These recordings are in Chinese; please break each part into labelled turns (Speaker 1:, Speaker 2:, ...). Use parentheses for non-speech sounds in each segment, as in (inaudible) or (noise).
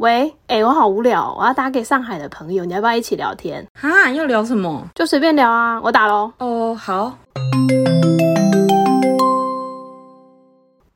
Speaker 1: 喂，哎、我好无聊，我要打给上海的朋友，你要不要一起聊天？
Speaker 2: 哈，要聊什么？
Speaker 1: 就随便聊啊，我打喽。
Speaker 2: 哦，好，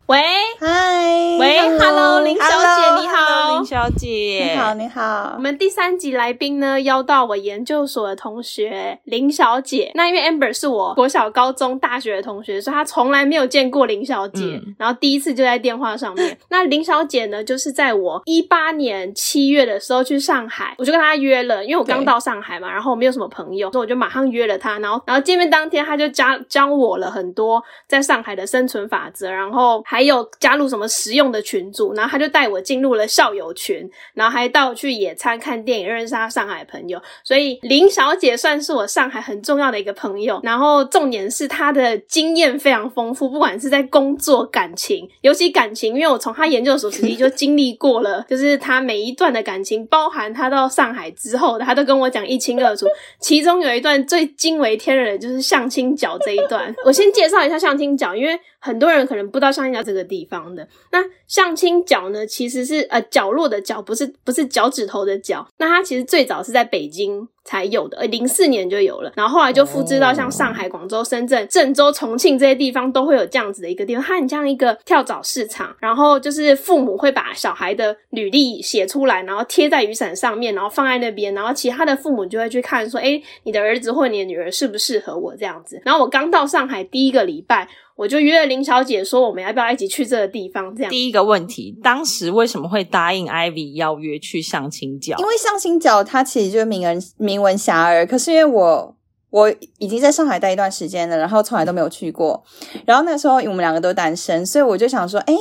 Speaker 1: 喂，
Speaker 3: 嗨，
Speaker 1: 喂，Hello，林小姐你好
Speaker 2: Hello，林小姐，
Speaker 3: 你好，你
Speaker 1: 我
Speaker 3: 好，
Speaker 1: 们第三集来宾呢，邀到我研究所的同学林小姐。那因为 Amber 是我国小、高中、大学的同学，所以她从来没有见过林小姐，
Speaker 2: 嗯
Speaker 1: 然后第一次就在电话上
Speaker 2: (laughs)
Speaker 1: 面。那林小姐呢，就是在我一八年七月的时候去上海，我就跟她约了，因为我刚
Speaker 2: 对
Speaker 1: 到上海嘛，然后我没有什么朋友，所以我就马上约了她。然后，然后见面当天，她就教教我了很多在上海的生存法则，然后还有加入什么实用的群组，然后她就带我进入了校友群，然后还带我去野餐、看电影，认识她上海朋友。所以林小姐算是我上海很重要的一个朋友。然后重点是她的经验非常丰富，不管是在工作、感情，尤其感情，因为我从她研究所时期就经历过了，就是她每一段的感情，包含她到上海之后的，她都跟我讲一清二楚。其中有一段最惊为天人的就是相亲角这一段。我先介绍一下相亲角，因为很多人可能不知道相亲角这个地方的。那相亲角呢，其实是呃角落的角，不是不是脚趾头的脚。那它其实最早是在北京才有的，呃，零四年就有了，然后后来就复制到像上海、广州、深圳、郑州、重庆这些地方都会有这样子的一个地方。它很像一个跳蚤市场，然后就是父母会把小孩的履历写出来，然后贴在雨伞上面，然后放在那边，然后其他的父母就会去看说，哎，你的儿子或你的女儿适不适合我这样子。然后我刚到上海第一个礼拜。我就约了林小姐说，我们要不要一起去这个地方？这样
Speaker 2: 第一个问题，当时为什么会答应 Ivy 邀约去相亲角
Speaker 3: 因？为相亲角它其实就是名人名闻遐迩，可是因为我我已经在上海待一段时间了，然后从来都没有去过，然后那个时候我们两个都单身，所以我就想说，哎，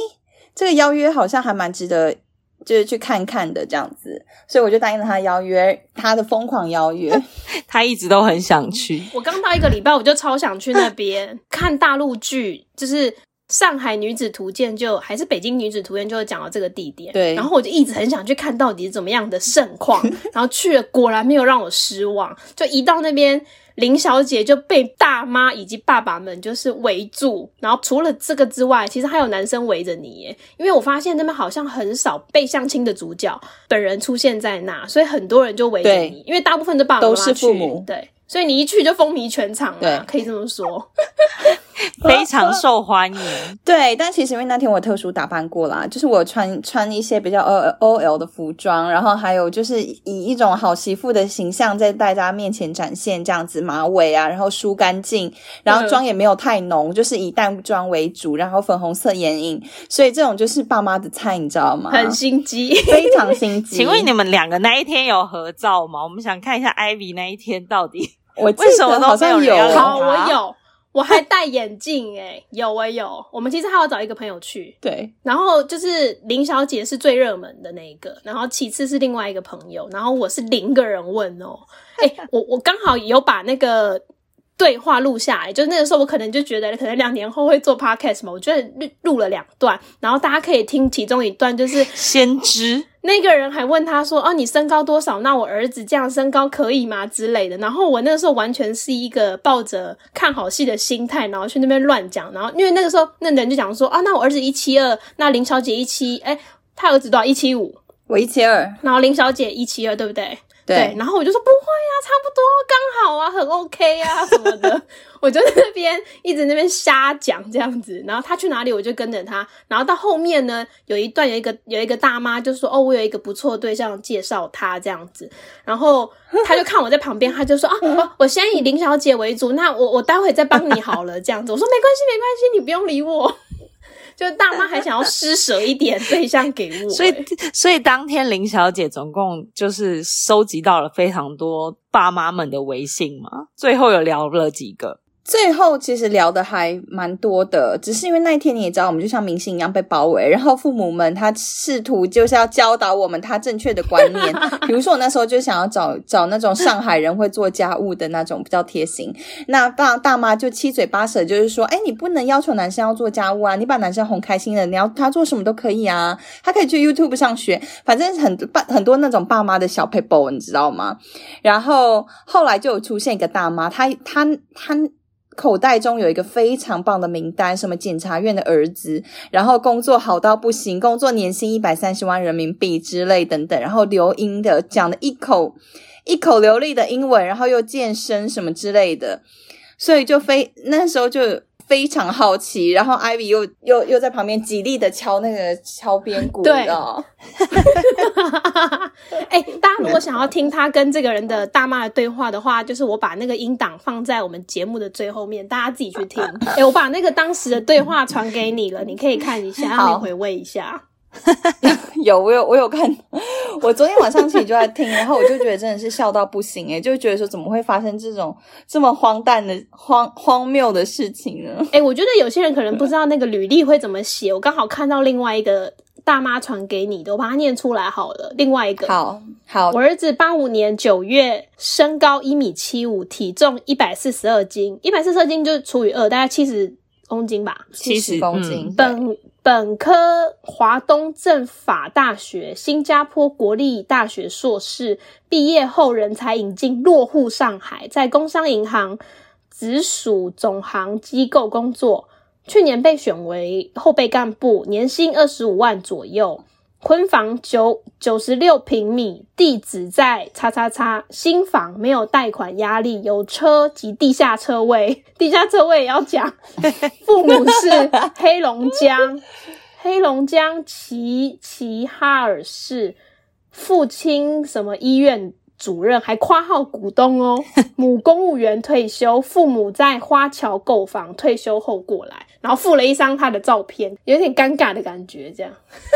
Speaker 3: 这个邀约好像还蛮值得。就是去看看的这样子，所以我就答应了他的邀约，他的疯狂邀约。
Speaker 2: 他一直都很想 (laughs) 去，
Speaker 1: 我刚到一个礼拜，我就超想去那
Speaker 3: (laughs)
Speaker 1: 边看大陆剧，就是《上海女子图鉴》就还是《北京女子图鉴》，就会讲到这个地点。
Speaker 3: 对
Speaker 1: 然后我就一直很想去看到底是怎么样的盛况，
Speaker 3: (laughs)
Speaker 1: 然后去了，果然没有让我失望。就一到那边，林小姐就被大妈以及爸爸们就是围住，然后除了这个之外，其实还有男生围着你耶，因为我发现那边好像很少被相亲的主角本人出现在那，所以很多人就围着
Speaker 3: 对
Speaker 1: 你，因为大部分都爸爸妈妈
Speaker 3: 都是
Speaker 1: 去
Speaker 3: 父母
Speaker 1: 对。所以你一去就风靡全场了
Speaker 3: 对，
Speaker 1: 可以这么说。
Speaker 2: 非常受欢 (laughs) 迎。
Speaker 3: 对，但其实因为那天我特殊打扮过啦，就是我穿穿一些比较 O O L 的服装，然后还有就是以一种好媳妇的形象在大家面前展现，这样子马尾啊，然后梳干净，然
Speaker 2: 嗯
Speaker 3: 后妆也没有太浓，就是以淡妆为主，然后粉红色眼影，所以这种就是爸妈的菜，你知道吗？
Speaker 1: 很心机。
Speaker 3: 非常心机。
Speaker 2: (laughs) 请问你们两个那一天有合照吗？我们想看一下 Ivy 那一天到底。
Speaker 3: 我记
Speaker 2: 为什么
Speaker 3: 得
Speaker 2: 都
Speaker 3: 好
Speaker 2: 没有
Speaker 3: 像
Speaker 2: 人要
Speaker 1: 好，
Speaker 2: 好
Speaker 1: 我有，我还戴眼镜哎、 (laughs) 有我有。我们其实还要找一个朋友去，
Speaker 3: 对
Speaker 1: 然后就是林小姐是最热门的那一个，然后其次是另外一个朋友，然后我是零个人问哦。哎、我我刚好有把那个。对话录下来，就那个时候我可能就觉得，可能两年后会做 podcast 嘛，我觉得录录了两段，然后大家可以听其中一段，就是
Speaker 2: 先知，
Speaker 1: 那个人还问他说：“哦，你身高多少？那我儿子这样身高可以吗？”之类的。然后我那个时候完全是一个抱着看好戏的心态，然后去那边乱讲。然后因为那个时候那人就讲说：“啊，那我儿子一七二，那林小姐一七，哎，他儿子多少？一七五。
Speaker 3: 我一七二，
Speaker 1: 然后林小姐一七二，对不对？
Speaker 3: 对，
Speaker 1: 然后我就说不会啊，差不多，刚好啊，很 OK 啊什么的。 (laughs) 我就在那边一直那边瞎讲这样子，然后他去哪里我就跟着他。然后到后面呢，有一段有一个有一个大妈就说：“哦，我有一个不错的对象介绍他这样子。”然后他就看我在旁边，他就说：“啊，我我先以林小姐为主，那我我待会再帮你好了。”这样子，我说：“没关系，没关系，你不用理我。” (laughs) 就大妈还想要施舍一点对象给我、
Speaker 2: 所以
Speaker 1: 欸
Speaker 2: 所以当天林小姐总共就是收集到了非常多爸妈们的微信嘛，最后有聊了几个。
Speaker 3: 最后其实聊的还蛮多的，只是因为那一天你也知道，我们就像明星一样被包围，然后父母们他试图就是要教导我们他正确的观念，比如说我那时候就想要找找那种上海人会做家务的那种比较贴心，那大大妈就七嘴八舌就是说，哎，你不能要求男生要做家务啊，你把男生哄开心了，你要他做什么都可以啊，他可以去 YouTube 上学，反正很爸很多那种爸妈的小 paper，你知道吗？然后后来就有出现一个大妈，她她她口袋中有一个非常棒的名单，什么检察院的儿子，然后工作好到不行，工作年薪一百三十万人民币之类等等，然后留英的讲的一口一口流利的英文，然后又健身什么之类的，所以就非那时候就非常好奇，然后 Ivy 又又又在旁边极力的敲那个敲边鼓，
Speaker 1: 对
Speaker 3: 你知道
Speaker 1: (laughs) 哎、大家如果想要听他跟这个人的大骂的对话的话，就是我把那个音档放在我们节目的最后面，大家自己去听。哎、我把那个当时的对话传给你了，你可以看一下，让你
Speaker 3: 好
Speaker 1: 回味一下。
Speaker 3: (laughs) 有，我有，我有看。我昨天晚上其实就在听，然后我就觉得真的是笑到不行诶、就觉得说怎么会发生这种这么荒诞的荒荒谬的事情呢？ (laughs)
Speaker 1: 哎、我觉得有些人可能不知道那个履历会怎么写，我刚好看到另外一个大妈传给你的，我把它念出来好了。另外一个，
Speaker 3: 好好
Speaker 1: 我儿子八五年九月，身高一米七五，体重一百四十二斤，一百四十二斤就除以二，大概七十公斤吧。
Speaker 3: 七
Speaker 2: 70
Speaker 3: 十公斤，对
Speaker 1: 本本科华东政法大学、新加坡国立大学硕士，毕业后人才引进，落户上海，在工商银行直属总行机构工作。去年被选为后备干部，年薪二十五万左右，婚房九九十六平米，地址在叉叉叉，新房没有贷款压力，有车及地下车位，地下车位也要讲。父母是黑龙
Speaker 2: (laughs)
Speaker 1: 江，黑龙江齐齐哈尔市，父亲什么医院主任，还括号股东
Speaker 2: (laughs)
Speaker 1: 哦，母公务员退休，父母在花桥购房，退休后过来，然后附了一张他的照片，有点尴尬的感觉，这样。
Speaker 2: (laughs)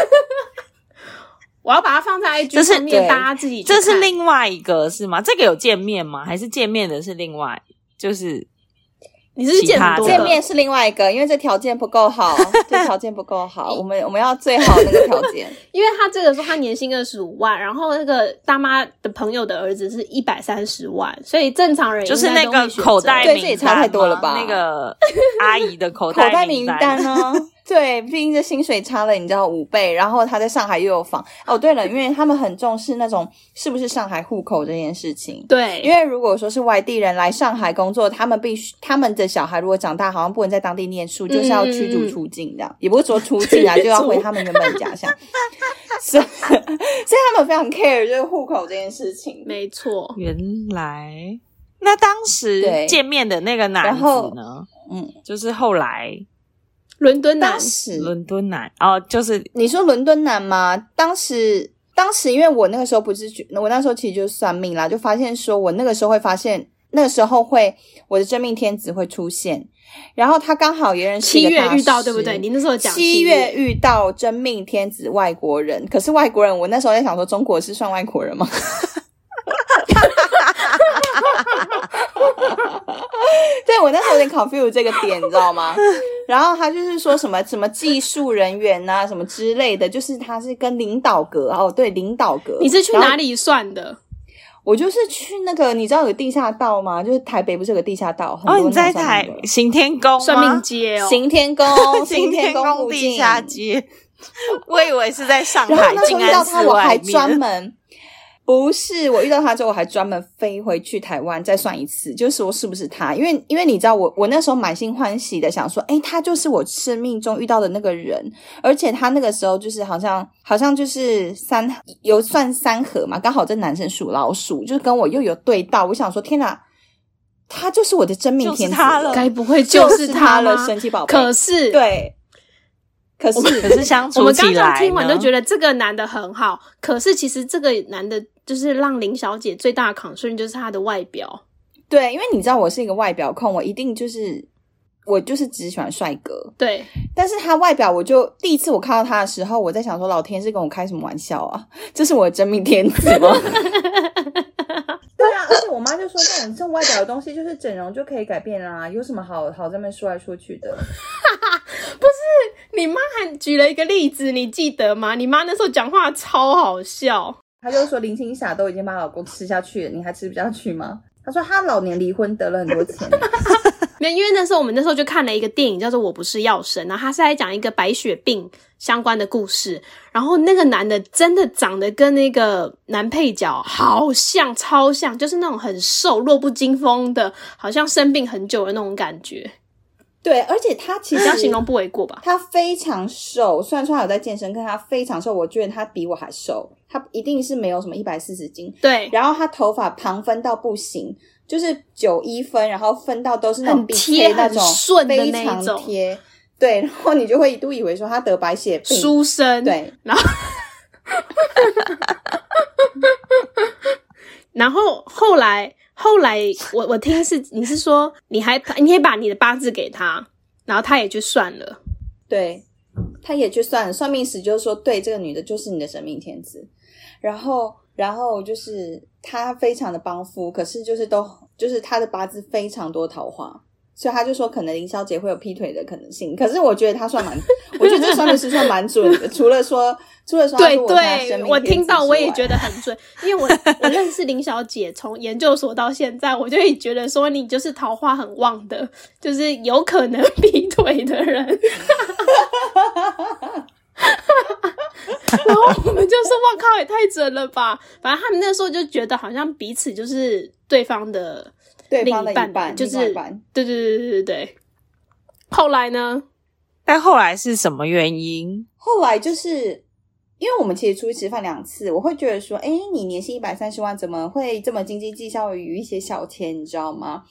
Speaker 1: 我要把它放在 IG
Speaker 2: 这是
Speaker 1: 上面，
Speaker 3: 对
Speaker 1: 大家自己去
Speaker 2: 这是
Speaker 1: 看
Speaker 2: 另外一个是吗？这个有见面吗？还是见面的是另外？就是
Speaker 1: 你是不是见很多
Speaker 2: 其他
Speaker 1: 个
Speaker 2: 的
Speaker 3: 见面是另外一个，因为这条件不够 (laughs) 好，这条件不够好，我们我们要最好那个条 (laughs) 件。
Speaker 1: 因为他这个说他年薪二十五万，然后那个大妈的朋友的儿子是一百三十万，所以正常人应
Speaker 2: 就是
Speaker 1: 该
Speaker 2: 那
Speaker 1: 都
Speaker 2: 个
Speaker 1: 会选择
Speaker 2: 口袋
Speaker 3: 对
Speaker 2: 名
Speaker 3: 这也
Speaker 2: 单
Speaker 3: 差太多了
Speaker 2: 吗
Speaker 3: 吧
Speaker 2: 那个阿姨的口
Speaker 3: 口袋
Speaker 2: 名
Speaker 3: 名单呢、 (laughs) 对，毕竟这薪水差了，你知道五倍，然后他在上海又有房。哦，对了，因为他们很重视那种是不是上海户口这件事情。
Speaker 1: 对，
Speaker 3: 因为如果说是外地人来上海工作，他们必须他们的小孩如果长大好像不能在当地念
Speaker 1: 嗯
Speaker 3: 书，就是要驱逐出境这样，也不是
Speaker 1: (laughs)
Speaker 3: 说出境啊，
Speaker 1: 驱逐
Speaker 3: 就要回他们原本的家乡。 (laughs) 所以，所以他们非常 care 就是户口这件事情。
Speaker 1: 没错，
Speaker 2: (laughs) 原来，那当时
Speaker 3: 对
Speaker 2: 见面的那个男
Speaker 3: 然后
Speaker 2: 子呢？
Speaker 3: 嗯，
Speaker 2: 就是后来
Speaker 1: 伦敦男
Speaker 3: 当时
Speaker 2: 伦敦男哦，就是
Speaker 3: 你说伦敦男吗？当时，当时因为我那个时候不是去，我那时候其实就是算命啦，就发现说我那个时候会发现，那个时候会我的真命天子会出现，然后他刚好也认识一
Speaker 1: 七
Speaker 3: 个
Speaker 1: 月
Speaker 3: 大
Speaker 1: 遇到
Speaker 3: 师
Speaker 1: 对不对？你那时候讲
Speaker 3: 七月
Speaker 1: 月，
Speaker 3: 遇到真命天子外国人，可是外国人，我那时候在想说，中国是算外国人吗？ (laughs) 对我那时候有点 confuse 这个点，你知道吗？然后他就是说什么什么技术人员呐、什么之类的，就是他是跟领导格哦，对，领导格。
Speaker 1: 你是去
Speaker 3: 然后
Speaker 1: 哪里算的？
Speaker 3: 我就是去那个，你知道有地下道吗？就是台北不是有个地下道？很
Speaker 2: 哦，
Speaker 3: 多
Speaker 2: 你
Speaker 3: 那
Speaker 2: 在
Speaker 3: 种算
Speaker 2: 台
Speaker 3: 命的
Speaker 2: 行天宫吗
Speaker 1: 算命街哦，
Speaker 3: 行天宫，
Speaker 2: (laughs) 行
Speaker 3: 天宫
Speaker 2: 宫
Speaker 3: 附
Speaker 2: 地
Speaker 3: 近
Speaker 2: 下
Speaker 3: (laughs)
Speaker 2: 街，我以为是在上
Speaker 3: 然后
Speaker 2: 海
Speaker 3: 那时
Speaker 2: 静
Speaker 3: 候遇到
Speaker 2: 安
Speaker 3: 他，
Speaker 2: 寺
Speaker 3: 我还
Speaker 2: 外面。
Speaker 3: 专门不是我遇到他之后，我还专门飞回去台湾再算一次，就说是不是他？因为因为你知道我我那时候满心欢喜的想说，诶，他就是我生命中遇到的那个人，而且他那个时候就是好像好像就是三有算三合嘛，刚好这男生属老鼠，就是跟我又有对到，我想说天哪，他就是我的真命
Speaker 2: 就是
Speaker 3: 天子
Speaker 2: 他了
Speaker 1: 该不会
Speaker 3: 就
Speaker 1: 就是
Speaker 3: 他
Speaker 1: 吗
Speaker 3: 了，？神奇宝贝，
Speaker 1: 可是，
Speaker 3: 对，可是
Speaker 2: (laughs) 可是相
Speaker 1: 我
Speaker 2: 处
Speaker 1: 们刚
Speaker 2: 起
Speaker 1: 刚
Speaker 2: 来
Speaker 1: 听完
Speaker 2: 呢
Speaker 1: 就觉得这个男的很好，可是其实这个男的就是让林小姐最大的 concern 就是他的外表。
Speaker 3: 对，因为你知道我是一个外表控，我一定就是我就是只喜欢帅哥，
Speaker 1: 对，
Speaker 3: 但是他外表我就第一次我看到他的时候，我在想说老天是跟我开什么玩笑啊？这是我的真命天子吗？ (laughs) 对啊，而且我妈就说这种这种外表的东西就是整容就可以改变啦、有什么好好这么说来说去的？
Speaker 1: 你妈还举了一个例子，你记得吗？你妈那时候讲话超好笑。
Speaker 3: 她就说林青霞都已经把老公吃下去了，你还吃不下去吗？她说她老年离婚得了很多钱。
Speaker 1: 没有，因为那时候我们那时候就看了一个电影，叫做《我不是药神》，然后他是在讲一个白血病相关的故事。然后那个男的真的长得跟那个男配角好像，超像，就是那种很瘦、弱不禁风的，好像生病很久的那种感觉，
Speaker 3: (laughs) 对，而且他其
Speaker 1: 这
Speaker 3: 实
Speaker 1: 样形容不为过吧？
Speaker 3: 他非常瘦，虽然说他有在健身，可是他非常瘦，我觉得他比我还瘦，他一定是没有什么一百四十斤。
Speaker 1: 对，
Speaker 3: 然后他头发旁分到不行，就是九一分，然后分到都是那种
Speaker 1: 很贴
Speaker 3: BK 那种
Speaker 1: 很顺的那一
Speaker 3: 非
Speaker 1: 种
Speaker 3: 常贴。对，然后你就会一度以为说他得白血病，
Speaker 1: 书生，
Speaker 3: 嗯对，
Speaker 1: 然后后来后来我我听是你是说你还你可以把你的八字给他，然后他也去算了。
Speaker 3: 对，他也去算了，算命师就说，对，这个女的就是你的神命天子。然后，然后就是他非常的帮夫，可是就是都就是他的八字非常多桃花，所以他就说可能林小姐会有劈腿的可能性。可是我觉得他算蛮， (laughs) 我觉得这算命师算蛮准的，除了说除了说他
Speaker 1: 对
Speaker 3: 说我是他神
Speaker 1: 对，
Speaker 3: 命
Speaker 1: 我
Speaker 3: 天
Speaker 1: 听
Speaker 3: 子
Speaker 1: 到
Speaker 3: 之
Speaker 1: 我也
Speaker 3: 外
Speaker 1: 觉得很
Speaker 3: (laughs)
Speaker 1: 准，因为我我认识林小姐从研究所到现在，我就会觉得说你就是桃花很旺的，就是有可能劈腿的
Speaker 3: (laughs)
Speaker 1: 人。然后我们就说：“哇靠，也太准了吧！”反正他们那时候就觉得好像彼此就是对方的
Speaker 3: 对
Speaker 1: 另
Speaker 3: 方的
Speaker 1: 一半
Speaker 3: 半，
Speaker 1: 就是
Speaker 3: 另外一半
Speaker 1: 对对对对对对。后来呢？
Speaker 2: 但后来是什么原因？
Speaker 3: 后来就是因为我们其实出去吃饭两次，我会觉得说，哎，你年薪一百三十万，怎么会这么斤斤计较于一些小钱，你知道吗？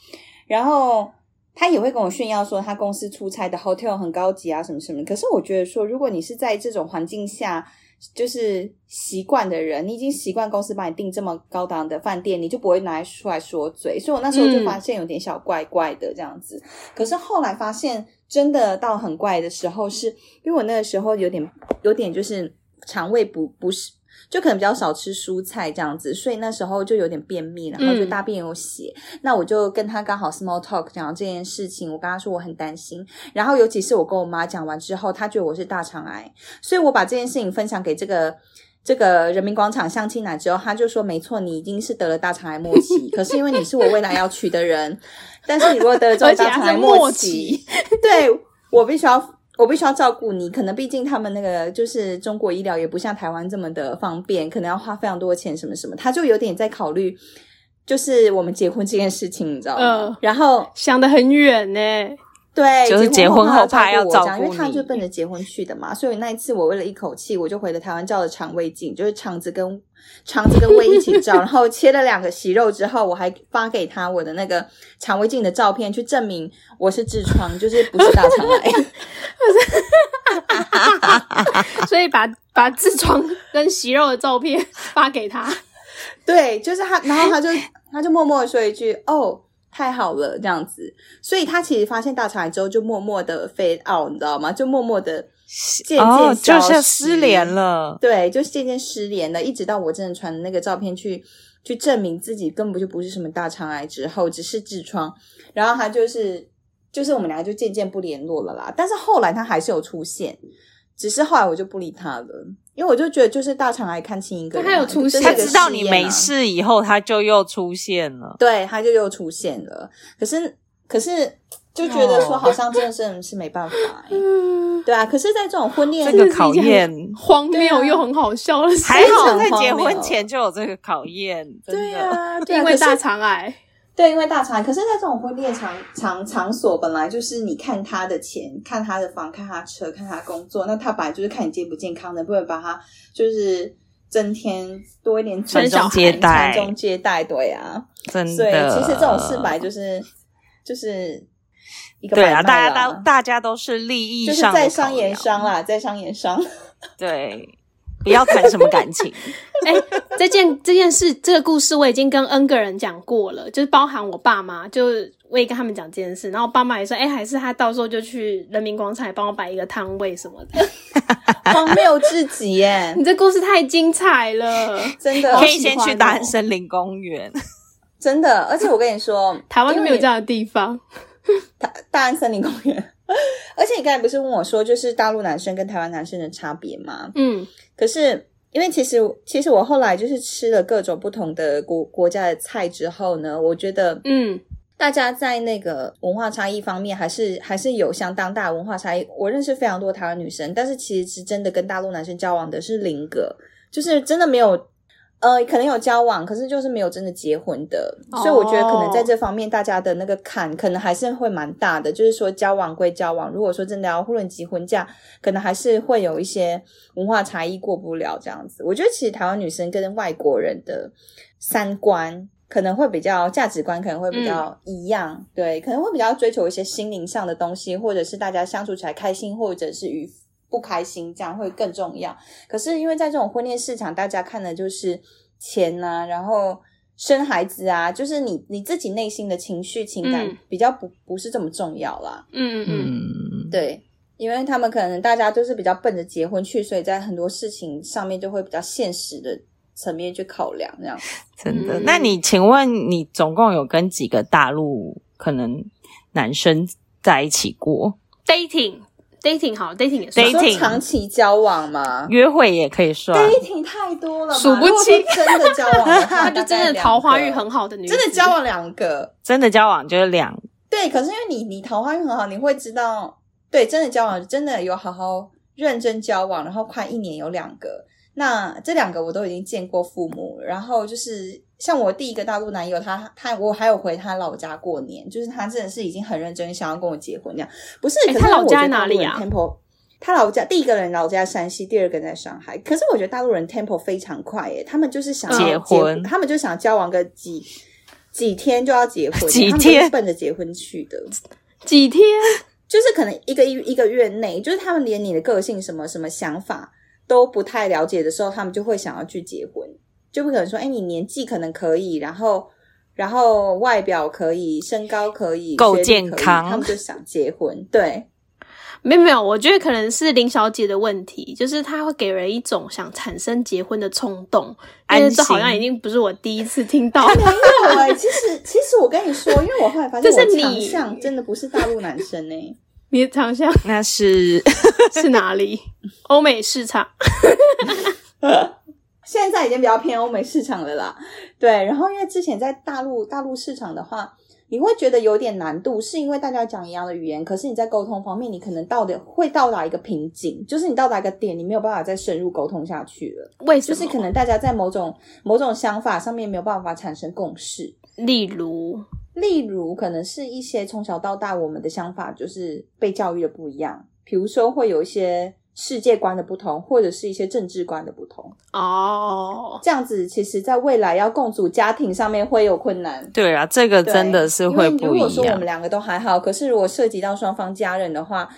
Speaker 3: 然后他也会跟我炫耀说，他公司出差的 hotel 很高级啊，什么什么。可是我觉得说，如果你是在这种环境下，就是习惯的人，你已经习惯公司帮你订这么高档的饭店，你就不会拿出来说嘴。所以我那时候就发现有点小怪怪的这样子。可是后来发现，真的到很怪的时候是，因为我那个时候有点有点就是肠胃不不是。就可能比较少吃蔬菜这样子，所以那时候就有点便秘，然后就
Speaker 1: 嗯
Speaker 3: 大便有血，那我就跟他刚好 small talk 讲这件事情，我跟他说我很担心，然后尤其是我跟我妈讲完之后，她觉得我是大肠癌，所以我把这件事情分享给这个。这个人民广场相亲男之后，他就说：“没错，你已经是得了大肠癌末
Speaker 1: (laughs)
Speaker 3: 期，可是因为你是我未来要娶的人，但是你如果得了
Speaker 1: (laughs)
Speaker 3: 这
Speaker 1: 而且
Speaker 3: 种大肠
Speaker 1: 他
Speaker 3: 癌
Speaker 1: 是末
Speaker 3: 期
Speaker 1: 期，，
Speaker 3: (laughs) 对我必须要，我必须要照顾你。可能毕竟他们那个就是中国医疗也不像台湾这么的方便，可能要花非常多的钱什么什么。他就有点在考虑，就是我们结婚这件事情，你知道吗？
Speaker 1: 嗯
Speaker 3: 然后
Speaker 1: 想得很远呢、
Speaker 3: (laughs) 对，
Speaker 2: 就是
Speaker 3: 结
Speaker 2: 结婚后怕
Speaker 3: 要
Speaker 2: 要
Speaker 3: 照
Speaker 2: 照
Speaker 3: 顾我这样因
Speaker 2: 顾
Speaker 3: 为他
Speaker 2: 你
Speaker 3: 就奔着结婚去的嘛。所以那一次我为了一口气，我就回了台湾照了肠胃镜，就是肠子跟肠子跟胃一起照，
Speaker 2: (laughs)
Speaker 3: 然后切了两个息肉之后，我还发给他我的那个肠胃镜的照片，去证明我是痔疮，就是不是大肠癌。 (laughs)
Speaker 1: 所以把把痔疮跟息肉的照片发给
Speaker 3: (laughs)
Speaker 1: 他。
Speaker 3: 对，就是他，然后他就他就默默的说一句：“哦，太好了，这样子。”所以他其实发现大肠癌之后，就默默的 fade out，你知道吗？就默默的渐渐
Speaker 2: 哦，就
Speaker 3: 消
Speaker 2: 是
Speaker 3: 失
Speaker 2: 失联。了。
Speaker 3: 对，就渐渐失联了，一直到我真的传的那个照片去去证明自己根本就不是什么大肠癌，之后只是痔疮。然后他就是就是我们两个就渐渐不联络了啦。但是后来他还是有出现，只是后来我就不理他了，因为我就觉得就是大肠癌看清一个
Speaker 1: 那
Speaker 3: 人啊，
Speaker 1: 他有出
Speaker 3: 这是
Speaker 1: 现
Speaker 2: 他
Speaker 3: 一个
Speaker 2: 知道
Speaker 3: 试
Speaker 2: 你
Speaker 3: 验
Speaker 2: 没
Speaker 3: 啊
Speaker 2: 事以后，他就又出现了。
Speaker 3: 对，他就又出现了。可是，可是就觉得说，
Speaker 2: 哦
Speaker 3: 好像真的是是没办法、欸。对啊，可是，在这种婚恋，
Speaker 2: 这个考验
Speaker 1: 荒
Speaker 3: 对啊
Speaker 1: 谬又很好笑的事，
Speaker 2: 还好在
Speaker 3: 非常荒
Speaker 2: 结
Speaker 3: 谬啊
Speaker 2: 婚前就有这个考验，真
Speaker 3: 对
Speaker 2: 的。
Speaker 3: 啊，对啊，
Speaker 1: 因为
Speaker 3: 可
Speaker 1: 大
Speaker 3: 是
Speaker 1: 肠癌。
Speaker 3: 对，因为大肠。可是，在这种婚恋场场场所，本来就是你看他的钱，看他的房，看他车，看他工作，那他本来就是看你健不健康，能不能把他就是增添多一点
Speaker 1: 传
Speaker 3: 尊
Speaker 1: 宗
Speaker 3: 重
Speaker 2: 接代
Speaker 3: 传宗接代，对啊。
Speaker 2: 真
Speaker 3: 所以，
Speaker 2: 的。
Speaker 3: 其实这种事本来就是就是一个
Speaker 2: 对啊，
Speaker 3: 买卖
Speaker 2: 大
Speaker 3: 啦
Speaker 2: 家都大家都是利益
Speaker 3: 就是
Speaker 2: 上的
Speaker 3: 在商
Speaker 2: 考
Speaker 3: 言
Speaker 2: 量
Speaker 3: 商，啦，在商
Speaker 2: (laughs)
Speaker 3: 言商。
Speaker 2: 对，不要谈什么感
Speaker 3: (laughs)
Speaker 2: 情。
Speaker 1: 哎、
Speaker 3: 啊
Speaker 1: 这件这件事，这个故事我已经跟 N 个人讲过了，就是包含我爸妈，就是我也跟他们讲这件事，然后我爸妈也说，哎、还是他到时候就去人民广场帮我摆一个摊位什么
Speaker 3: (laughs)
Speaker 1: 的。
Speaker 3: 荒谬至极耶！
Speaker 1: 你这故事太精彩了，
Speaker 3: 真的
Speaker 1: 好
Speaker 2: 可以
Speaker 1: 喜
Speaker 2: 先
Speaker 1: 欢
Speaker 2: 去
Speaker 1: 哦
Speaker 2: 大安森林公
Speaker 3: (laughs)
Speaker 2: 园，
Speaker 3: 真的，而且我跟你说，
Speaker 1: 台湾都没有
Speaker 3: 因为
Speaker 1: 这样的地方。
Speaker 3: 大大安森林公园。而且你刚才不是问我说，就是大陆男生跟台湾男生的差别吗？
Speaker 1: 嗯，
Speaker 3: 可是因为其实其实我后来就是吃了各种不同的国国家的菜之后呢，我觉得
Speaker 1: 嗯，
Speaker 3: 大家在那个文化差异方面还是还是有相当大的文化差异。我认识非常多台湾女生，但是其实是真的跟大陆男生交往的是零个，就是真的没有。呃，可能有交往，可是就是没有真的结婚的，
Speaker 1: 哦
Speaker 3: 所以我觉得可能在这方面大家的那个坎可能还是会蛮大的。就是说交往归交往，如果说真的要论及婚嫁，可能还是会有一些文化差异过不了这样子。我觉得其实台湾女生跟外国人的三观可能会比较价值观可能会比较一样，对，可能会比较追求一些心灵上的东西，或者是大家相处起来开心，或者是与不开心，这样会更重要。可是因为在这种婚恋市场，大家看的就是钱呐、然后生孩子啊，就是你你自己内心的情绪情
Speaker 1: 嗯
Speaker 3: 感比较不不是这么重要啦。
Speaker 1: 嗯嗯嗯，
Speaker 2: 嗯，
Speaker 3: 对，因为他们可能大家都是比较奔着结婚去，所以在很多事情上面就会比较现实的层面去考量这样。
Speaker 2: 真的。
Speaker 1: 嗯
Speaker 2: 那你请问你总共有跟几个大陆可能男生在一起过？
Speaker 1: dating dating 好 dating 也算
Speaker 3: 你
Speaker 2: Dating
Speaker 3: 说长期交往吗？
Speaker 2: 约会也可以算，
Speaker 3: dating 太多了吧，
Speaker 1: 数不
Speaker 3: 如果
Speaker 1: 清
Speaker 3: 说真的
Speaker 1: (laughs)
Speaker 3: 交往的话，
Speaker 1: 她就真
Speaker 3: (laughs)
Speaker 1: 的桃花运很好的女
Speaker 3: 大概
Speaker 1: 子，
Speaker 3: 两个，真的交往两个。
Speaker 2: 真的交往就是两
Speaker 3: 对，可是因为你你桃花运很好，你会知道，对，真的交往真的有好好认真交往，然后快一年有两个，那这两个我都已经见过父母，然后就是像我第一个大陆男友，他他我还有回他老家过年，就是他真的是已经很认真想要跟我结婚这样，不是？
Speaker 1: 哎
Speaker 3: 可是
Speaker 1: 他老
Speaker 3: 我觉
Speaker 1: 家
Speaker 3: 得
Speaker 1: 哪
Speaker 3: 大陆
Speaker 1: 里
Speaker 3: 人
Speaker 1: 啊
Speaker 3: ？Tempo，他老家第一个人老家山西，第二个人在上海。可是我觉得大陆人 tempo 非常快耶，他们就是想要
Speaker 1: 结
Speaker 2: 婚
Speaker 3: 他们就想交往个几几天就要结
Speaker 2: (laughs)
Speaker 3: 婚，
Speaker 2: 几
Speaker 3: 他们都是
Speaker 2: 天
Speaker 3: 奔着结婚去的，
Speaker 1: 几天，
Speaker 3: 就是可能一个一一个月内，就是他们连你的个性什么什么想法都不太了解的时候，他们就会想要去结婚，就不可能说，哎，你年纪可能可以，然后。然后外表可以，身高可以，
Speaker 2: 够
Speaker 3: 学历
Speaker 2: 健
Speaker 3: 可以
Speaker 2: 康
Speaker 3: 他们就想结婚。对，
Speaker 1: 没有没有，我觉得可能是林小姐的问题，就是她会给人一种想产生结婚的冲动，因为
Speaker 2: 安
Speaker 1: 这
Speaker 2: 心
Speaker 1: 好像已经不是我第一次听
Speaker 3: (laughs)
Speaker 1: 到
Speaker 3: 没有哎、其实其实我跟你说，因为我后来
Speaker 2: (laughs)
Speaker 3: 发
Speaker 1: 这
Speaker 3: 现
Speaker 1: 是
Speaker 3: 我
Speaker 1: 你
Speaker 3: 长项真的不是大陆男生哎、
Speaker 1: 你的长项
Speaker 2: 那是
Speaker 1: 是哪
Speaker 3: (laughs)
Speaker 1: 里？欧美市场，
Speaker 3: 现在已经比较偏欧美市场了啦。对，然后因为之前在大陆大陆市场的话，你会觉得有点难度，是因为大家讲一样的语言，可是你在沟通方面，你可能到的会到达一个瓶颈，就是你到达一个点，你没有办法再深入沟通下去了，
Speaker 1: 为什
Speaker 3: 就
Speaker 1: 么？
Speaker 3: 是可能大家在某种某种想法上面没有办法产生共识。
Speaker 1: 例如，
Speaker 3: 例如，可能是一些从小到大我们的想法就是被教育的不一样，比如说会有一些世界观的不同，或者是一些政治观的不同。
Speaker 1: 哦，
Speaker 3: 这样子，其实在未来要共组家庭上面会有困难。
Speaker 2: 对啊，这个
Speaker 3: 对
Speaker 2: 真的是会
Speaker 3: 因为
Speaker 2: 不
Speaker 3: 如
Speaker 2: 一
Speaker 3: 果说我们
Speaker 2: 样。
Speaker 3: 两个都还好，可是如果涉及到双方家人的话，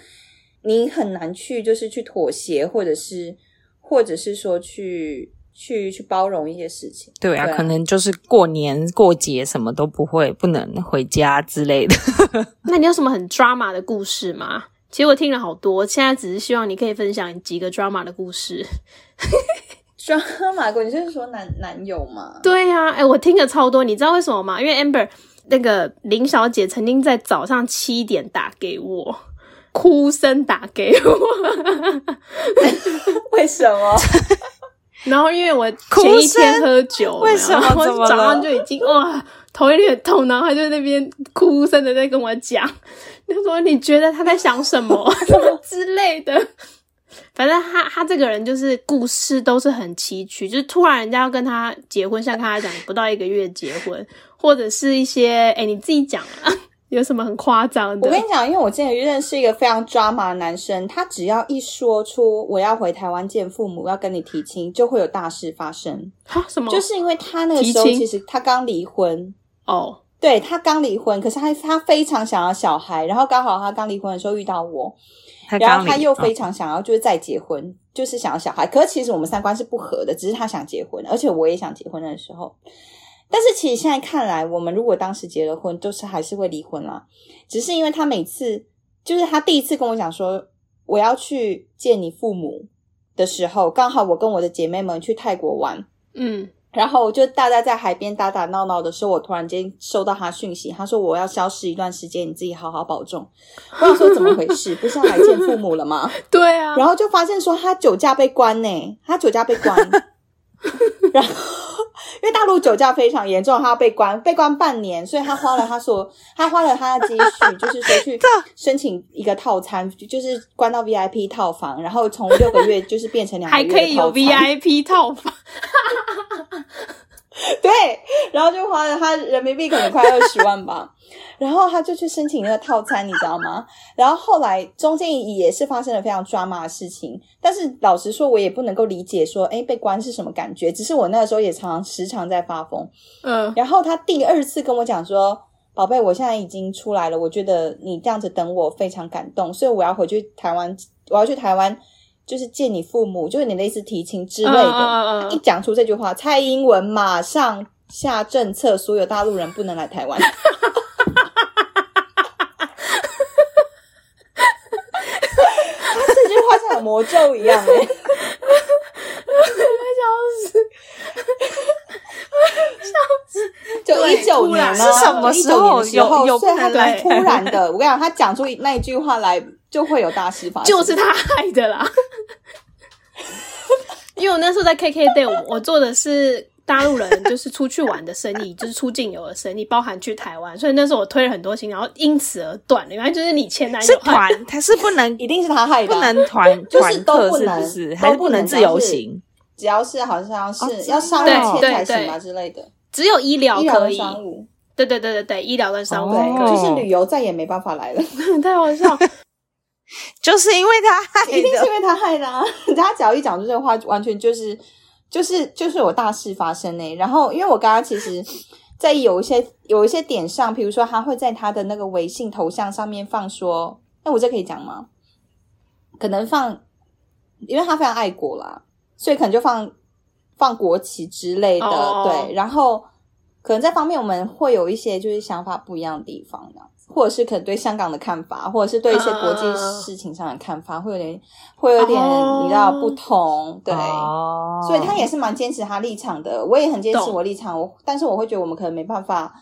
Speaker 3: 你很难去就是去妥协，或者是或者是说去去去包容一些事情。
Speaker 2: 对啊，
Speaker 3: 对啊
Speaker 2: 可能就是过年过节什么都不会，不能回家之类
Speaker 3: (laughs)
Speaker 2: 的。
Speaker 1: (laughs) 那你有什么很 drama 的故事吗？其实我听了好多，现在只是希望你可以分享几个 drama 的故事。 (laughs)
Speaker 3: 抓马哥，你就是说男男友嘛？
Speaker 1: 对呀、啊，哎、我听了超多，你知道为什么吗？因为 Amber 那个林小姐曾经在早上七点打给我，哭声打给我，
Speaker 3: (laughs)
Speaker 1: (laughs)
Speaker 3: 为什么？
Speaker 1: 然后因为我
Speaker 2: 哭
Speaker 1: 前一天
Speaker 2: 声
Speaker 1: 喝酒，
Speaker 2: 为什么
Speaker 1: 然后
Speaker 2: 怎么
Speaker 1: 我
Speaker 2: 了
Speaker 1: 早上就已经哇头有点痛，然后她就在那边哭声的在跟我讲，她说你觉得她在想什么 (laughs) 什么之类的。反正她她这个人就是故事都是很崎岖，就是突然人家要跟她结婚，像刚才讲不到一个月结婚，或者是一些哎、你自己讲啊， (laughs) 有什么很夸张
Speaker 3: 我
Speaker 1: 的
Speaker 3: 跟？你讲，因为我之前认识一个非常抓马的男生，他只要一说出我要回台湾见父母，要跟你提亲，就会有大事发生。
Speaker 1: 哈啊什么？
Speaker 3: 就是因为他那个时候，
Speaker 1: 提亲
Speaker 3: 其实他刚离婚，
Speaker 1: 哦，
Speaker 3: 对他刚离婚，可是他他非常想要小孩，然后刚好他刚离婚的时候遇到我，
Speaker 2: 他
Speaker 3: 然后
Speaker 2: 刚哦
Speaker 3: 他
Speaker 2: 离
Speaker 3: 又
Speaker 2: 婚
Speaker 3: 非常想要就是再结婚，就是想要小孩。可是其实我们三观是不合的，只是他想结婚，而且我也想结婚的时候。但是其实现在看来，我们如果当时结了婚，就是还是会离婚啦。只是因为他每次，就是他第一次跟我讲说我要去见你父母的时候，刚好我跟我的姐妹们去泰国玩，
Speaker 1: 嗯，
Speaker 3: 然后我就大家在海边打打闹闹的时候，我突然间收到他讯息，他说我要消失一段时间，你自己好好保重。我想说怎么回事？不是要来见父母了吗？
Speaker 1: 对啊，
Speaker 3: 然后就发现说他酒驾被关呢、他酒驾被关。然后因为大陆陆酒驾非常严重，他要被关，被关半年，所以他花了他所他花了他的积蓄，就是说去申请一个套餐，就是关到 VIP 套房，然后从六个月就是变成两个
Speaker 1: 还
Speaker 3: 月的
Speaker 1: 可以有
Speaker 3: 套房
Speaker 1: VIP 套房，
Speaker 3: (laughs) 对，然后就花了他人民币可能快二十万吧， (laughs) 然后他就去申请那个套餐，你知道吗？然后后来中间也是发生了非常抓马的事情，但是老实说，我也不能够理解说，哎，被关是什么感觉？只是我那个时候也常常时常在发疯。
Speaker 1: 嗯，
Speaker 3: 然后他第二次跟我讲说：“宝贝，我现在已经出来了，我觉得你这样子等我非常感动，所以我要回去台湾，我要去台湾，就是见你父母，就是你类似提亲之类的。
Speaker 1: 嗯嗯嗯嗯
Speaker 3: 一讲出这句话，蔡英文马上下政策，所有大陆人不能来台湾。他这句话像有魔咒一样哎、就一
Speaker 1: 对
Speaker 3: 九
Speaker 1: 突
Speaker 3: 年啊，
Speaker 1: 然
Speaker 2: 是什么时候
Speaker 3: 19年的时候
Speaker 2: 有有
Speaker 3: 所以他蛮
Speaker 2: 对
Speaker 3: 突然的。我跟你讲，他讲出那一句话来，就会有大事发生。
Speaker 1: 就是他害的啦。 (laughs) 因为我那时候在 KK Day，我我做的是大陆人，就是出去玩的生意，就是出境游的生意，包含去台湾，所以那时候我推了很多行，然后因此而断了。原来就是你前男友
Speaker 2: 是
Speaker 3: (laughs)
Speaker 2: 团，它是不能
Speaker 3: 一定是他害的
Speaker 2: 不
Speaker 3: 啊、
Speaker 2: 能团
Speaker 3: (laughs) 就是
Speaker 2: 团
Speaker 3: 都
Speaker 2: 客
Speaker 3: 不
Speaker 2: 是
Speaker 3: 能
Speaker 2: 不是？
Speaker 3: 都
Speaker 2: 还是
Speaker 3: 不能
Speaker 2: 自由
Speaker 3: 就是
Speaker 2: 行？
Speaker 3: 只要是好像是、
Speaker 2: 哦真的
Speaker 3: 要商务
Speaker 1: 对
Speaker 3: 签才
Speaker 1: 对
Speaker 3: 行啊
Speaker 1: 对
Speaker 3: 之类的，
Speaker 1: 只有医疗
Speaker 3: 医疗
Speaker 1: 可
Speaker 3: 跟
Speaker 1: 以，
Speaker 3: 商务，
Speaker 1: 对对对对对，医疗跟商务
Speaker 3: 对，
Speaker 1: 可以
Speaker 2: 哦
Speaker 3: 就是旅游再也没办法来了，一
Speaker 1: (laughs) 太好笑了。
Speaker 2: 就是因为他
Speaker 3: (laughs)
Speaker 2: 害
Speaker 3: 定是
Speaker 2: 的，
Speaker 3: 因为他害的、啊。 (laughs) 他只要一讲出这个话，完全就是就是就是有大事发生呢、欸然后因为我刚刚其实。在有一些有一些点上，比如说他会在他的那个微信头像上面放说，那我这可以讲吗？可能放，因为他非常爱国啦，所以可能就放放国旗之类的，
Speaker 1: 哦
Speaker 3: 对。然后可能在方面我们会有一些就是想法不一样的地方，这样子，或者是可能对香港的看法，或者是对一些国际
Speaker 1: 嗯嗯嗯
Speaker 3: 事情上的看法，会有点会有点你知道
Speaker 1: 哦
Speaker 3: 不同，对。
Speaker 2: 哦
Speaker 3: 所以他也是蛮坚持他立场的，我也很坚持
Speaker 1: 懂
Speaker 3: 我立场，我但是我会觉得我们可能没办法，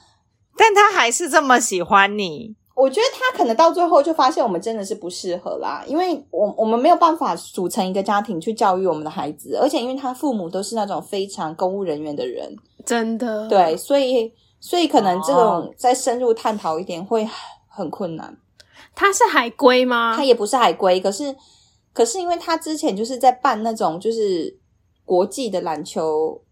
Speaker 2: 但他还是这么喜欢你，
Speaker 3: 我觉得他可能到最后就发现我们真的是不适合啦，因为我我们没有办法组成一个家庭去教育我们的孩子，而且因为他父母都是那种非常公务人员的人，
Speaker 1: 真的，
Speaker 3: 对，所以所以可能这种
Speaker 2: 哦
Speaker 3: 再深入探讨一点会很很困难。
Speaker 1: 他是海归吗
Speaker 3: 他？也不是海归，可是可是因为他之前就是在办那种就是国际的篮球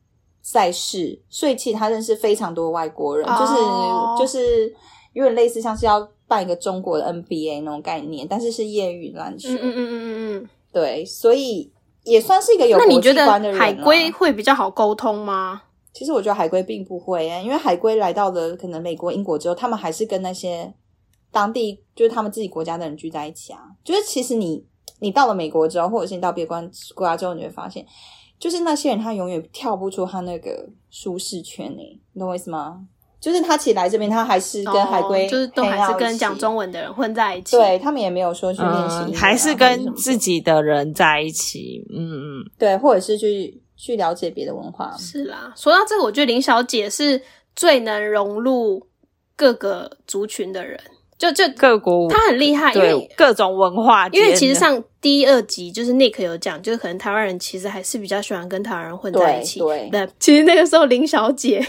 Speaker 3: 赛事，所以其实他认识非常多外国人，
Speaker 1: 哦
Speaker 3: 就是就是有点类似像是要办一个中国的 NBA 那种概念，但是是业余篮球，
Speaker 1: 嗯嗯嗯嗯嗯嗯。
Speaker 3: 对，所以也算是一个有
Speaker 1: 那你
Speaker 3: 国
Speaker 1: 觉
Speaker 3: 际
Speaker 1: 得
Speaker 3: 观的人、啊
Speaker 1: 海归？会比较好沟通吗？
Speaker 3: 其实我觉得海归并不会、欸，因为海归来到了可能美国、英国之后，他们还是跟那些当地就是他们自己国家的人聚在一起啊。就是其实你你到了美国之后，或者是你到别关国家之后，你会发现，就是那些人他永远跳不出他那个舒适圈诶、你懂我意思吗？就是他其实来这边，他还是跟海归、
Speaker 1: 哦就是都还是跟讲
Speaker 3: 讲
Speaker 1: 中文的人混在一起。
Speaker 3: 对他们也没有说去练习英
Speaker 2: 嗯，
Speaker 3: 文啊、
Speaker 2: 还是
Speaker 3: 或者什
Speaker 2: 跟
Speaker 3: 么
Speaker 2: 自己的人在一起，嗯嗯，
Speaker 3: 对，或者是去去了解别的文化。
Speaker 1: 是啦，说到这个，我觉得林小姐是最能融入各个族群的人，就就
Speaker 2: 各国
Speaker 1: 她很厉害，因
Speaker 2: 对
Speaker 1: 为
Speaker 2: 各种文化间
Speaker 1: 因
Speaker 2: 的，
Speaker 1: 为其实上第二集就是 Nick 有讲，就是可能台湾人其实还是比较喜欢跟台湾人混在一起。
Speaker 3: 对对
Speaker 1: 对，其实那个时候林小姐，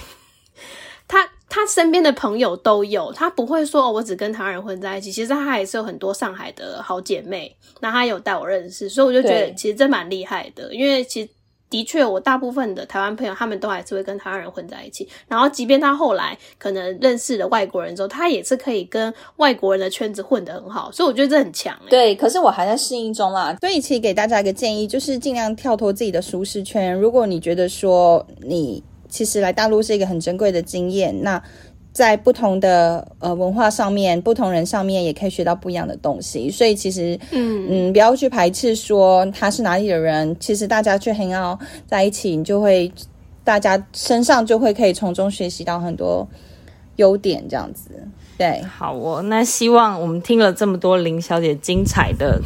Speaker 1: 她她身边的朋友都有，她不会说哦，我只跟台湾人混在一起。其实她还是有很多上海的好姐妹，那她有带我认识，所以我就觉得
Speaker 3: 对
Speaker 1: 其实真蛮厉害的，因为其实。的确，我大部分的台湾朋友，他们都还是会跟台湾人混在一起。然后，即便他后来可能认识了外国人之后，他也是可以跟外国人的圈子混得很好，所以我觉得这很强、欸。
Speaker 3: 对，可是我还在适应中啦，所以其实给大家一个建议，就是尽量跳脱自己的舒适圈。如果你觉得说你其实来大陆是一个很珍贵的经验，那在不同的呃文化上面、不同人上面，也可以学到不一样的东西。所以其实，
Speaker 1: 嗯
Speaker 3: 嗯，不要去排斥说他是哪里的人，其实大家去 hang out 在一起，你就会大家身上就会可以从中学习到很多优点，这样子。对，
Speaker 2: 好哦，那希望我们听了这么多林小姐精彩的、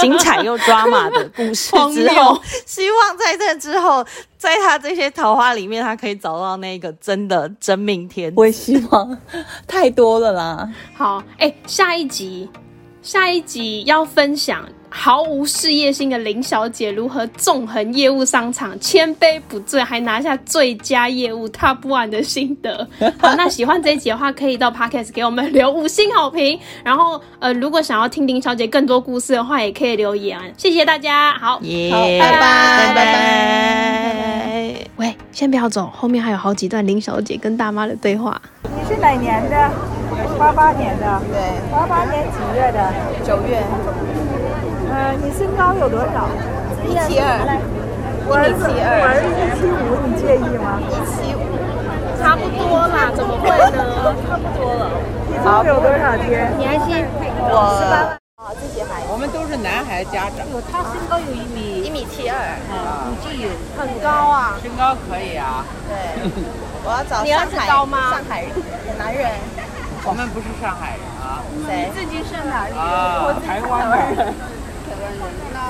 Speaker 2: 精彩又抓马的故事之
Speaker 1: 荒
Speaker 2: 后
Speaker 1: 谬，
Speaker 2: 希望在这之后，在她这些桃花里面，她可以找到那个真的真命天子。
Speaker 3: 也希望 (laughs) 太多了啦。
Speaker 1: 好，哎、下一集，下一集要分享毫无事业心的林小姐如何纵横业务商场，千杯不醉，还拿下最佳业务 Top One 的心 (laughs) 得。好，那喜欢这一集的话，可以到 Podcast 给我们留五星好评。然后，呃，如果想要听林小姐更多故事的话，也可以留言。谢谢大家，好，
Speaker 2: 耶，
Speaker 3: 好拜
Speaker 1: 拜
Speaker 2: 拜
Speaker 3: 拜
Speaker 2: 拜。
Speaker 1: 喂，先不要走，后面还有好几段林小姐跟大妈的对话。
Speaker 4: 你是哪年的？八八年的，
Speaker 3: 对，
Speaker 4: 八八年几月的？
Speaker 3: 九月
Speaker 4: 呃，你身高有多少？
Speaker 3: 一七二，
Speaker 4: 我儿子，
Speaker 3: 一米七二
Speaker 4: 我儿子一七五，你介意吗？
Speaker 3: 一七五，
Speaker 1: 差不多啦，怎么会呢？
Speaker 4: 体重有多少斤？你还信？
Speaker 3: 我
Speaker 5: 我们都是男孩家长，
Speaker 3: 一米七二，
Speaker 1: 很高啊，
Speaker 5: 身高可以啊。
Speaker 3: 对，我要找
Speaker 1: 你儿子高吗
Speaker 3: 上海人男人，
Speaker 5: 我们不是上海人啊，
Speaker 3: 谁？
Speaker 4: 自己是哪里？
Speaker 5: 啊，台湾人，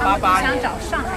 Speaker 5: 八八年。想找上海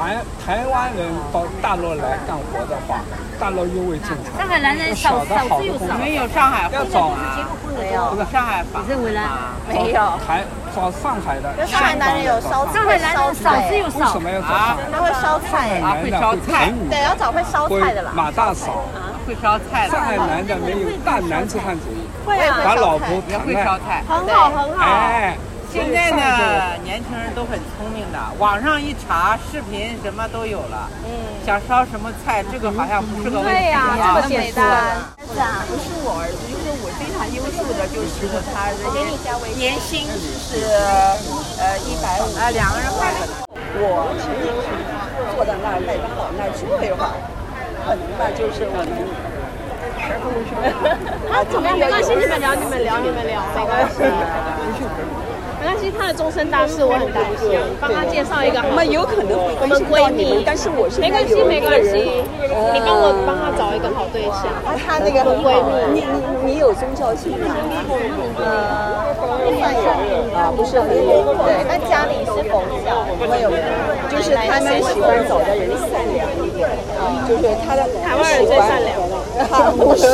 Speaker 6: 台台湾人到大陆来干活的话，大陆因为进城，上海
Speaker 7: 男人
Speaker 6: 少
Speaker 7: 少
Speaker 6: 的
Speaker 7: 少
Speaker 6: 好
Speaker 7: 之
Speaker 6: 的
Speaker 7: 又少
Speaker 6: 工作
Speaker 5: 我，们有上海
Speaker 6: 要
Speaker 5: 户
Speaker 6: 找
Speaker 5: 口啊，
Speaker 3: 没有
Speaker 6: 不，是
Speaker 5: 上海房
Speaker 7: 认为呢？
Speaker 3: 没有
Speaker 6: 找台找上海的，
Speaker 3: 上海男人有烧
Speaker 6: 香
Speaker 7: 上海男人少之又
Speaker 6: 港的为
Speaker 7: 少
Speaker 6: 什，么要找上海
Speaker 3: 他会烧菜，啊
Speaker 6: 男人的会啃
Speaker 5: 啊
Speaker 6: 你，
Speaker 3: 对，要找会烧菜的
Speaker 6: 会
Speaker 3: 啦，
Speaker 6: 马大嫂，
Speaker 5: 会烧菜
Speaker 6: 上海
Speaker 5: 的，
Speaker 6: 男的没有大男子汉主义，
Speaker 3: 会啊，
Speaker 6: 把老婆
Speaker 5: 也
Speaker 6: 疼
Speaker 5: 会烧
Speaker 6: 爱，
Speaker 5: 菜。
Speaker 1: 很好很好。
Speaker 6: 哎，
Speaker 5: 现在呢，年轻人都很聪明的，网上一查，视频什么都有了。嗯，想烧什么菜，这个好像不是个问题。
Speaker 1: 对呀、
Speaker 5: 啊
Speaker 1: 这个简单。
Speaker 4: 不是我儿子，就是我非常优秀的，就是他
Speaker 1: 啊
Speaker 4: 的年薪是呃一百五啊，两个人快乐。
Speaker 8: 我其实是坐在那儿麦当劳那儿坐一会儿，可能吧，就是我们十公分。
Speaker 1: 啊，怎么样？没关系，你们聊，你们聊，你们聊，没关系。没关系，他的终身大事我很担心，帮他介绍一个好
Speaker 8: 那么有可能会
Speaker 1: 我
Speaker 8: 关
Speaker 1: 们
Speaker 8: 心
Speaker 1: 闺
Speaker 8: 到你
Speaker 1: 蜜
Speaker 8: 们，，但是我是
Speaker 1: 没关系，没关系，你帮我帮他找一个好对象。
Speaker 8: 他那个很闺蜜，你你你有宗教信仰呃吗？
Speaker 3: 啊，不是很对，那家里是否小？我有，
Speaker 8: 就是他们喜欢走的人善良一点，啊，就是他的台
Speaker 1: 湾人最善良，
Speaker 8: 他不是，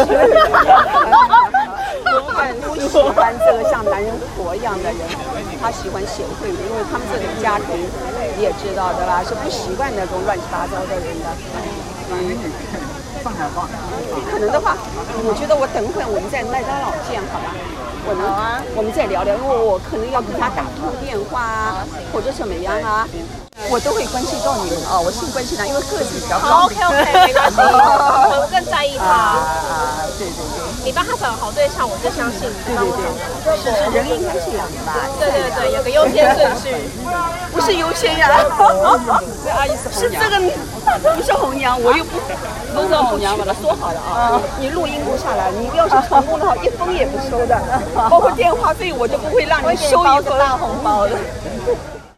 Speaker 8: 不喜欢这个像男人活一样的人，他喜欢贤惠，因为他们这个家庭你也知道的吧，是不习惯那种乱七八糟的人的。可能的话，我觉得我等会我们在麦当劳见好吧？我能，我们再聊聊，因为我可能要跟他打通电话啊，或者怎么样啊，我都会关心到你们啊、我性关系呢，因为个子比较高。
Speaker 1: OK OK，没关
Speaker 8: (laughs)
Speaker 1: 系，我更在意
Speaker 8: 啊
Speaker 1: 他。
Speaker 8: 啊，对对对，
Speaker 1: 你帮他找好对象，我就相信你。帮我找。
Speaker 8: 是是，人应该这样的吧？
Speaker 1: 对对对，有个优先顺序。
Speaker 8: 不是优先呀、
Speaker 5: 这阿姨是红
Speaker 8: 是
Speaker 5: 娘
Speaker 8: 这。个不是红娘，我又不不是红娘，把它说好了啊。你录音录下来，你要是成功的话，一分也不收的，包括电话费我都不会让你收一分。大红包的。